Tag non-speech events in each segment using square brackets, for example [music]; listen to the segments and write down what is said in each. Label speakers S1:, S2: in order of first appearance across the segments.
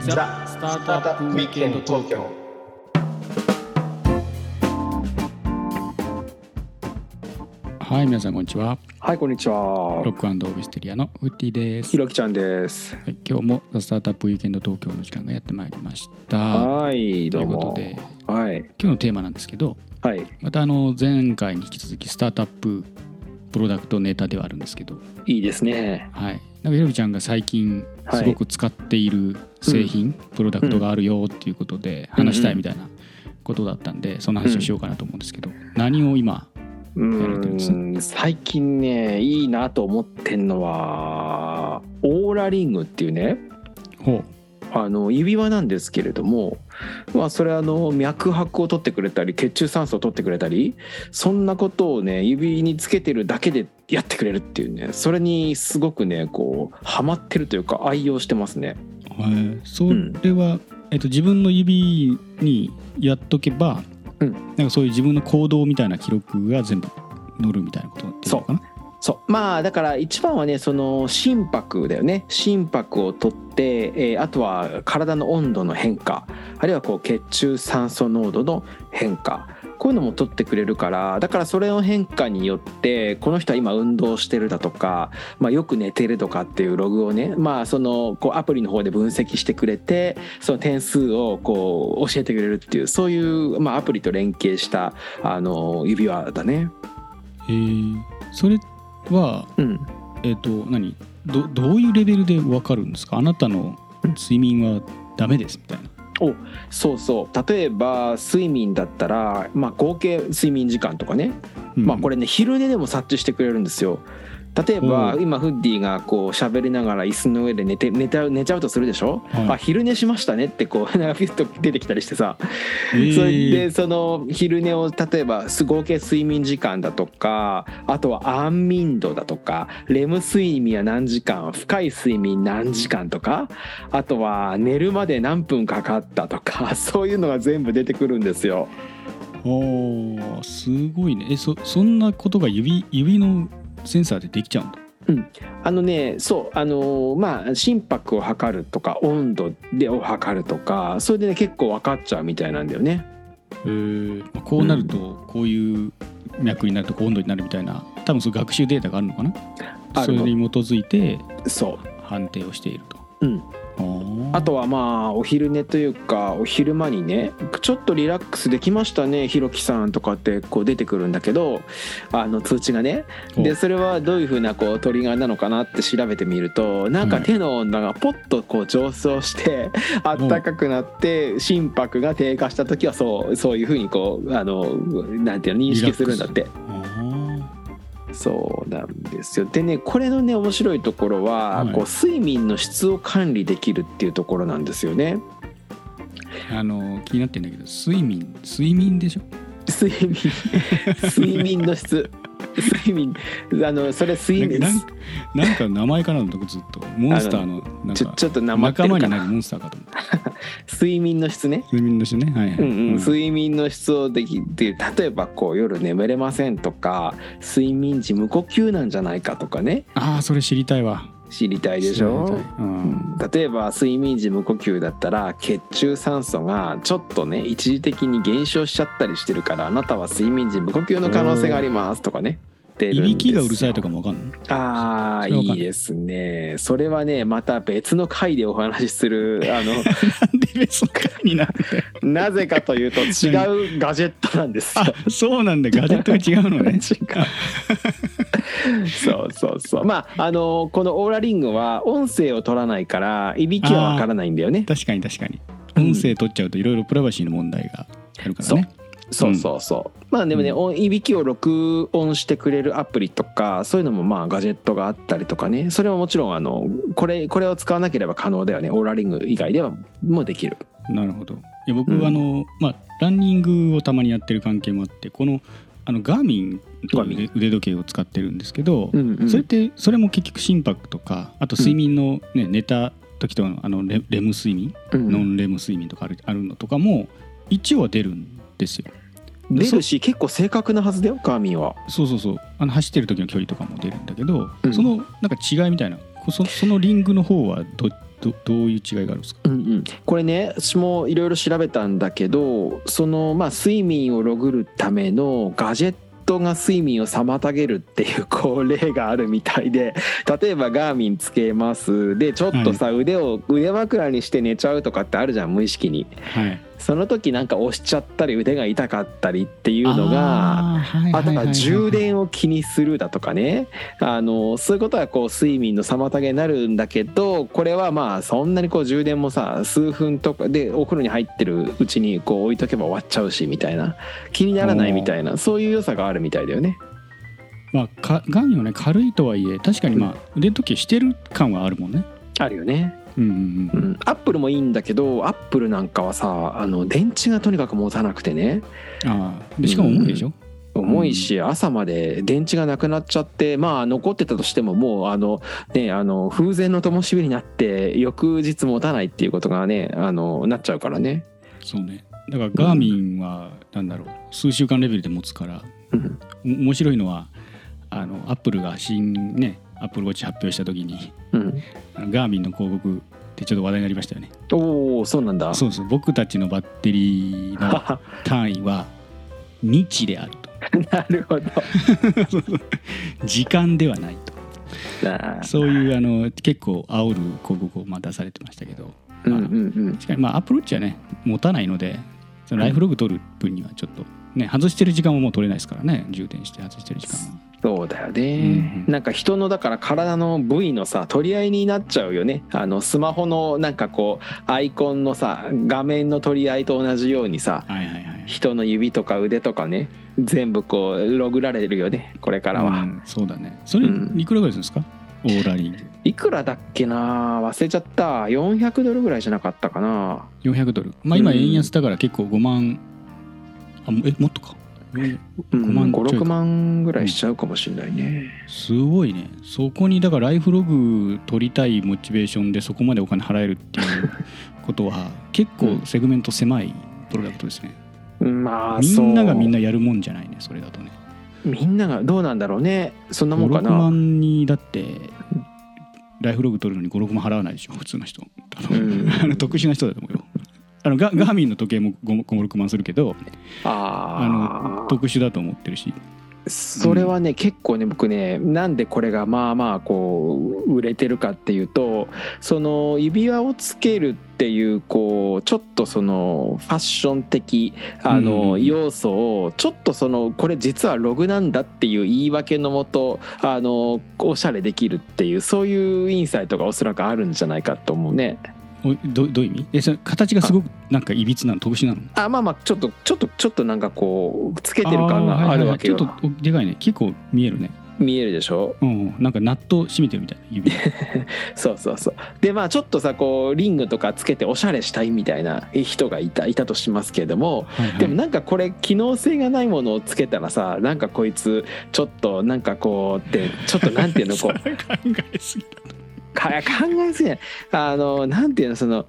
S1: ザ・スタートアップウィークエンド東京
S2: はい、皆さんこんにちは。
S3: はい、こんにちは
S2: ロ。ックアンドオブステリアのウッディです。
S3: ひ
S2: は
S3: ろきちゃんです。
S2: い、今日もザスタートアップウィークエンド東京の時間がやってまいりました。
S3: はい、
S2: と
S3: ど
S2: いううこと
S3: も。
S2: で、今
S3: はい、
S2: 日のテーマなんですけど、
S3: はい、
S2: またあの前回に引き続きスタートアッププロダクトネタではあるんですけど、
S3: いいですね。
S2: はい。なんかひろみちゃんが最近
S3: はい
S2: すごく使っている製品、プロダクトがあるよっていうことで話したいみたいなことだったんで、その話をしようかなと思うんですけど、何を今、
S3: う
S2: やれてるんです
S3: ーん、最近ね、いいなと思ってんのは。オーラリングっていうね、
S2: ほ
S3: あの指輪なんですけれども。まあ、それ、あの脈拍を取ってくれたり、血中酸素を取ってくれたり。そんなことをね、指につけてるだけでやってくれるっていうね。それにすごくね、こう、ハマってるというか、愛用してますね。
S2: う、はい、それは、えっと、自分の指にやっとけば、
S3: うん
S2: なんかそういう自分の行動みたいな記録が全部載るみたいなことっていうのかな
S3: そうまあだから一番はねその心拍だよね心拍をとって、えーあとは体の温度の変化あるいはこう血中酸素濃度の変化こういうのも取ってくれるからだからそれの変化によってこの人は今運動してるだとか、まあ、よく寝てるとかっていうログをねまあそのこうアプリの方で分析してくれてその点数をこう教えてくれるっていうそういう、まあ、アプリと連携したあの指輪だね。
S2: えーそれは
S3: うん
S2: えっ、と何どどういうレベルで分かるんですかあなたの睡眠はダメですみたいな。
S3: そうそう例えば睡眠だったら、まあ、合計睡眠時間とかね、
S2: うん
S3: まあこれね昼寝でも察知してくれるんですよ例えば
S2: お
S3: 今フッディがこう喋りながら椅子の上で寝て寝た寝ちゃうとするでしょ、
S2: はい
S3: あ昼寝しましたねってこうなんか [laughs] ピュッと出てきたりしてさ
S2: えー
S3: それでその昼寝を例えばす合計睡眠時間だとかあとは安眠度だとかレム睡眠は何時間深い睡眠何時間とかあとは寝るまで何分かかったとか [laughs] そういうのが全部出てくるんですよ。
S2: おーすごいねえそそんなことが指指のセンサーでできちゃうんだ
S3: あのねそうあのーまあ心拍を測るとか温度でを測るとかそれでね結構分かっちゃうみたいなんだよね。
S2: へーまあこうなるとこういう脈になるとこう温度になるみたいな多分その学習データがあるのかな
S3: あ
S2: それ
S3: るの
S2: に基づいて
S3: そう
S2: 判定をしていると。
S3: うん
S2: あ
S3: あ
S2: と
S3: とはまあお昼寝というかお昼間にねちょっとリラックスできましたねひろきさんとかってこう出てくるんだけどあの通知がね
S2: お
S3: でそれはどういうふうなこうトリガーなのかなって調べてみるとなん
S2: う
S3: か
S2: ん
S3: 手の温度がポッとこう上昇してあったかくなって心拍が低下した時はそうそういうふうにこうあのなんていうの認識するんだって。そうなんですよでねこれのね面白いところは、
S2: はい
S3: こう睡眠の質を管理できるっていうところなんですよね。
S2: あの気になってんだけど睡眠睡眠でしょ
S3: 睡眠睡眠の質睡眠あのそれ睡眠
S2: なんかなんなんか名前からのとこずっとモンスターのなん
S3: ちょ
S2: か
S3: ちょっとなまって
S2: 仲
S3: る
S2: 間
S3: か
S2: になる
S3: な
S2: モンスターかと思った
S3: 睡眠の質ね
S2: 睡眠の人ねはいはい、
S3: うんうん、
S2: うん
S3: 睡眠の質をできて例えばこう夜眠れませんとか睡眠時無呼吸なんじゃないかとかね
S2: ああそれ知りたいわ
S3: 知りたいでしょ
S2: 知りたいうん
S3: 例えば睡眠時無呼吸だったら血中酸素がちょっとね一時的に減少しちゃったりしてるからあなたは睡眠時無呼吸の可能性がありますとかね出
S2: い
S3: るんです
S2: び
S3: よ
S2: きがうるさいとかもわかんない
S3: ああ
S2: それわか
S3: い
S2: んない
S3: いですねそれはねまた別の回でお話しす
S2: [laughs]
S3: るあの
S2: なんで別の回になるんだよ
S3: なぜかというと違うガジェットなんですよ
S2: あそうなんだガジェットが違うのね
S3: そうそうそうまああのこのオーラリングは音声を取らないからいびきはわからないんだよね
S2: 確かに確かに
S3: うん
S2: 音声取っちゃうといろいろプライバシーの問題があるからね
S3: そうそうそうまあでもね、
S2: うん
S3: 音いびきを録音してくれるアプリとかそういうのもまあガジェットがあったりとかねそれはもちろんあのこれこれを使わなければ可能だよねオーラリング以外ではもうできる
S2: なるほどいや僕、
S3: うん
S2: あのまあランニングをたまにやってる関係もあってこのあのガーミンという腕腕時計を使ってるんですけど、
S3: うんうん
S2: それってそれも結局心拍とかあと睡眠の、ね寝た時とかのあのレレム睡眠、
S3: うん
S2: ノンレム睡眠とかあるあるのとかも一応は出るんですよ
S3: 出るし結構正確なはずだよガーミンは
S2: そうそうそうあの走ってる時の距離とかも出るんだけど、
S3: うん
S2: そのなんか違いみたいなこそそのリングの方はどどどういう違いがあるんですか
S3: うんうん、これね私もいろいろ調べたんだけどそのまあ睡眠をログるためのガジェットが睡眠を妨げるっていう [laughs] こう例があるみたいで例えばガーミンつけますでちょっとさ、腕を腕枕にして寝ちゃうとかってあるじゃん無意識に
S2: はい
S3: その時なんか押しちゃったり腕が痛かったりっていうの
S2: あ
S3: が
S2: ーはいはいは
S3: あと
S2: い
S3: は
S2: はい
S3: 充電を気にするだとかねあのそういうことはこう睡眠の妨げになるんだけどこれはまあそんなにこう充電もさ数分とかでお風呂に入ってるうちにこう置いとけば終わっちゃうしみたいな気にならないみたいなそういう良さがあるみたいだよね。
S2: まあかがんよね軽いとはいえ確かにまあ腕時計してる感はあるもんね
S3: あるよね、
S2: うんうんう
S3: うんん、アップルもいいんだけどアップルなんかはさあの電池がとにかく持たなくてね
S2: ああでしかも重いでしょ、
S3: 重いし朝まで電池がなくなっちゃってまあ残ってたとしてももうあのねあの風前の灯火になって翌日持たないっていうことがねあのなっちゃうからね、
S2: そうねだからガーミンはなんだろう数週間レベルで持つから
S3: うん、
S2: お面白いのはあのアップルが新ねアップルウォッチ発表した時に
S3: うん、
S2: あのガーミンの広告ってちょっと話題になりましたよね
S3: おおそうなんだ
S2: そうそう僕たちのバッテリーの単位 [laughs] は日であると
S3: [laughs] なるほど
S2: 時間ではないと
S3: なあ
S2: そういうあの結構煽る広告をまあ出されてましたけど、
S3: うん
S2: ま
S3: う
S2: あ
S3: んうん
S2: 確かにまあアップルウォッチはね持たないのでそのライフログ取る分にはちょっとね外してる時間はもう取れないですからね充電して外してる時間は
S3: そうだよ
S2: うん
S3: ね、
S2: うん
S3: なんか人のだから体の部位のさ取り合いになっちゃうよねあのスマホのなんかこうアイコンのさ画面の取り合いと同じようにさ
S2: はいはいはい
S3: 人の指とか腕とかね全部こうログられるよねこれからは、
S2: うんそうだねそれ
S3: うん
S2: いくらぐらいするんですか、オーラリング
S3: いくらだっけな忘れちゃった400ドルぐらいじゃなかったかな
S2: 400ドルまあ今
S3: うん
S2: 円安だから結構5万あもえもっとかうん
S3: うん
S2: 5万ちょい
S3: 56
S2: か
S3: 万ぐらいしちゃうかもしれないね、
S2: すごいねそこにだからライフログ取りたいモチベーションでそこまでお金払えるっていう
S3: [laughs]
S2: ことは結構セグメント狭いプロダクトですね、
S3: まあ
S2: みんながみん
S3: な
S2: なやるもんじゃないねそれだとね
S3: みんながどうなんだろうねそんなもんか
S2: 56
S3: な
S2: 万にだってライフログ取るのに56万払わないでしょ普通の人多分、
S3: うん
S2: あの特殊な人だと思うよあのガガーミンの時計も56万するけどあ
S3: ああ
S2: 特殊だと思ってるし
S3: それはね結構ね僕ねなんでこれがまあまあこう売れてるかっていうとその指輪をつけるっていうこうちょっとそのファッション的あ
S2: うんうんう
S3: の
S2: ん
S3: 要素をちょっとそのこれ実はログなんだっていう言い訳のもとあのおしゃれできるっていうそういうインサイトがおそらくあるんじゃないかと思うね。
S2: おどどういう意味えそれ形がすごくなんかいびつなの特殊なの
S3: あまあまあちょっとちょっとちょっとなんかこうつけてる感があるわけよ。
S2: あーはいはいはいちょっとおでかいね結構見えるね
S3: 見えるでしょ
S2: うんなんかナット締めてるみたいな指
S3: そうそうそうでまあちょっとさこうリングとかつけておしゃれしたいみたいな人がいたいたとしますけれども
S2: はい、はい、
S3: [laughs] でもなんかこれ機能性がないものをつけたらさなんかこいつちょっとなんかこうってちょっとなんていうのこう
S2: [laughs] それ考えすぎだ
S3: か考えすぎないあのなんていうのその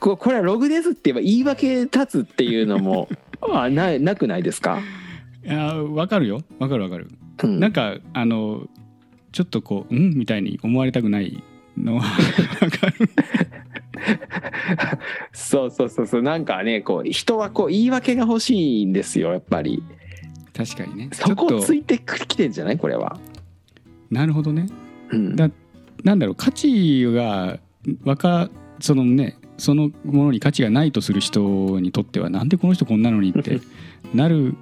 S3: ここれはログですって言えば言い訳立つっていう
S2: [laughs]
S3: のもあななくないですか、
S2: いやーわかるよわかるわかる
S3: うん
S2: なんかあのちょっとこう「うん?」みたいに思われたくないのは
S3: [laughs]
S2: わかる
S3: そうそうそうそうなんかねこう人はこう言い訳が欲しいんですよやっぱり
S2: 確かにね
S3: そこ
S2: ちょ
S3: を
S2: っと
S3: ついてきてんじゃないこれは。
S2: なるほどね
S3: うん
S2: だなんだろう価値がわかそのねそのものに価値がないとする人にとってはなんでこの人こんなのにってなる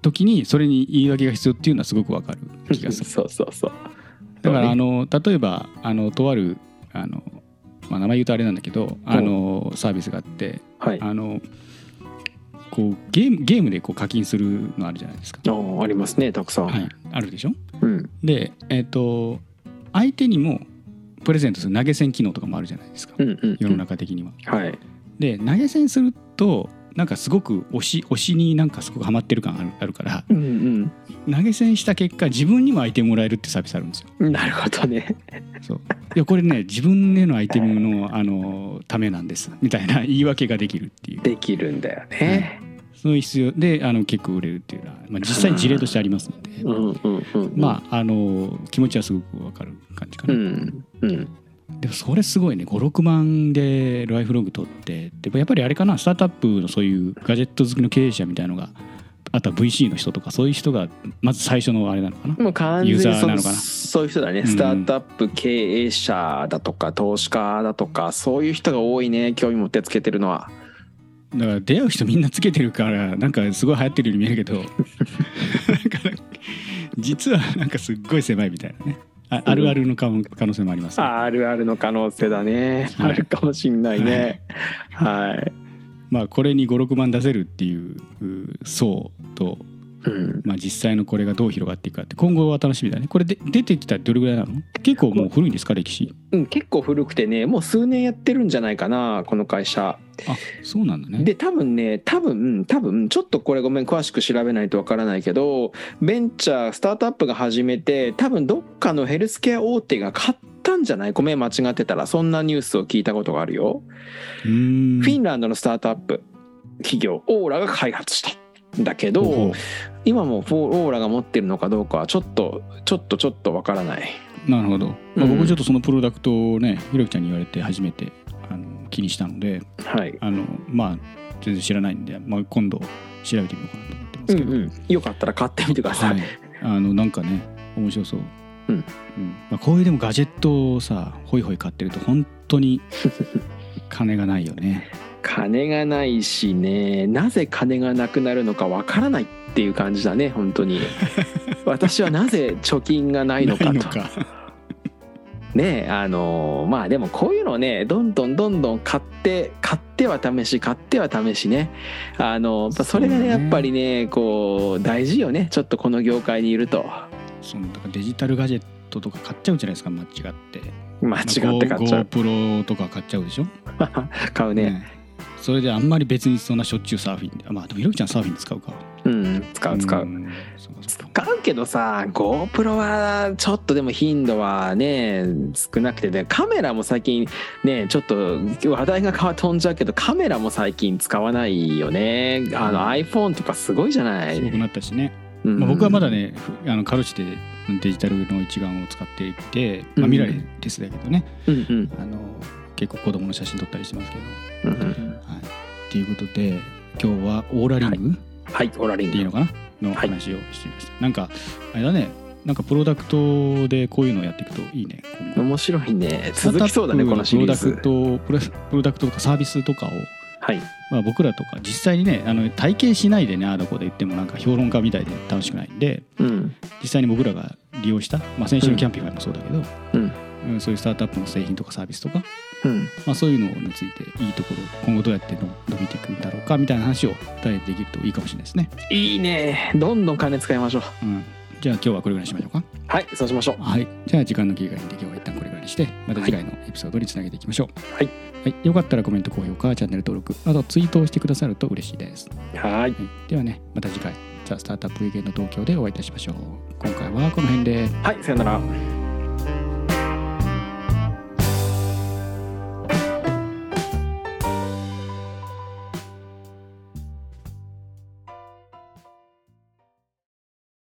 S2: 時にそれに言い訳が必要っていうのはすごくわかる気
S3: [laughs]
S2: がする
S3: そうそうそう
S2: だからあ
S3: の
S2: の例えばあのとあるあの、まあ、名前言うとあれなんだけどあのサービスがあって
S3: はい
S2: あのこうゲームゲームでこう課金するのあるじゃないですか。
S3: あありますねたくさん、
S2: はい、あるでしょ
S3: うん
S2: で、えっと相手にもプレゼントする投げ銭機能とかもあるじゃないですか
S3: うんうん
S2: 世の中的には。
S3: はい
S2: で投げ銭するとなんかすごく推し推しになんかすごくハマってる感あるあるから
S3: うん
S2: 投げ銭した結果自分にもアイテムもらえるってサービスあるんですよ。
S3: うんなるほどね [laughs]
S2: そういやこれね自分へのアイテムのあのためなんですみたいな言い訳ができるっていう
S3: できるんだよね、
S2: そういう必要であの結構売れるっていうのは、まあ、実際に事例としてありますので。
S3: うんうんうん
S2: まああの気持ちはすごくわかる感じか
S3: う
S2: な、
S3: んうん
S2: でもそれすごいね56万でライフログ取ってでやっぱりあれかなスタートアップのそういうガジェット好きの経営者みたいのがあとは VC の人とかそういう人がまず最初のあれなのかな
S3: もう完全に
S2: ユーザー
S3: そ
S2: な
S3: の
S2: のかな
S3: そういう人だね、
S2: うん
S3: スタートアップ経営者だとか投資家だとかそういう人が多いね興味持ってつけてるのは
S2: だから出会う人みんなつけてるからなんかすごい流行ってるように見えるけど [laughs] なんか実はなんかすっごい狭いみたいなねああるあるの可能可能性もありますね、
S3: あるあるの可能性だね、
S2: はい
S3: あるかもしんないねはい、
S2: まあこれに56万出せるっていうう層と、
S3: うん、
S2: まあ、実際のこれがどう広がっていくかって今後は楽しみだねこれで出てきたらどれぐらいなの結構もう古いんですか歴史
S3: うん、結構古くてねもう数年やってるんじゃないかなこの会社
S2: あそうなんだね
S3: で多分ね多分多分ちょっとこれごめん詳しく調べないとわからないけどベンチャースタートアップが始めて多分どっかのヘルスケア大手が買ったんじゃないごめん間違ってたらそんなニュースを聞いたことがあるよ、
S2: うーん
S3: フィンランドのスタートアップ企業オーラが開発したんだけど
S2: ほうほう
S3: 今もフォーオーラが持ってるのかどうかはちょっとちょっとちょっとわからない
S2: なるほど、まあ、
S3: うん
S2: 僕ちょっとそのプロダクトをねひろきちゃんに言われて初めてあの気にしたので
S3: はい、
S2: あのまあ全然知らないんで、まあ、今度調べてみようかなと思ってま
S3: う
S2: す
S3: ん
S2: けど、
S3: うん、よかったら買ってみてください、
S2: はい、あのなんかね面白そう、
S3: うん
S2: まあ、こういうでもガジェットをさホイホイ買ってると本当
S3: [laughs]
S2: に金がないよね
S3: 金がないしねなぜ金がなくなるのかわからないっていう感じだね本当に [laughs] 私はなぜ貯金がないのかとねあのーまあでもこういうのをねどんどんどんどん買って買っては試し買っては試しねあのーそれがね
S2: そうね
S3: やっぱりねこう大事よねちょっとこの業界にいると
S2: [laughs] そのだからデジタルガジェットとか買っちゃうじゃないですか間違って
S3: 間違って買っちゃう
S2: GoPro とか買っちゃうでしょ
S3: 買うね
S2: それであんまり別にそんなしょっちゅうサーフィンであまあでもひろきちゃんサーフィン使うか
S3: うん使う使う
S2: うんそうかそうか
S3: 使うけどさ GoPro はちょっとでも頻度はね少なくてでカメラも最近ねちょっと話題が変わって飛んじゃうけどカメラも最近使わないよねあの iPhone とかすごいじゃない、
S2: すごくなったしね
S3: うん
S2: まあ、僕はまだねふあのカルチでデジタルの一眼を使っていて、まあ、
S3: うん
S2: 未来ですだけどね、
S3: うんうん
S2: あの結構子供の写真撮ったりしてますけど。
S3: うんうん
S2: はい、ということで今日はオーラリング
S3: はいオラリン
S2: でいい
S3: グ
S2: のかな、の
S3: はい
S2: 話をしてみました。なんかあれだねなんかプロダクトでこういうのをやっていくといいね今後。
S3: 面白いね続きそうだねこのシリー
S2: スター
S3: ズ
S2: トアップのプロダクトプロプロダクトとかサービスとかを、
S3: はい
S2: まあ、僕らとか実際にねあの体験しないでねああだこうで言ってもなんか評論家みたいで楽しくないんで、
S3: うん
S2: 実際に僕らが利用した、まあ、先週のキャンピングもそうだけど、
S3: うん
S2: うんそういうスタートアップの製品とかサービスとか、
S3: うん
S2: まあ、そういうのについていいところ今後どうやっての伸びていくんだろうかみたいな話を伝えてできるといいかもしれないですね、
S3: いいねどんどん金使いましょう
S2: うん、じゃあ今日はこれぐらいにしましょうか
S3: はいそうしましょう
S2: はいじゃあ時間の切り替えにで今日は一旦これぐらいにしてまた次回のエピソードにつなげていきましょう
S3: はい、
S2: はい、よかったらコメント高評価チャンネル登録あとツイートをしてくださると嬉しいです、は
S3: はい
S2: い、ではねまた次回「ザ・スタートアップ・ウィーケンド東京」でお会いいたしましょう今回はこの辺で
S3: はいさよなら
S2: さ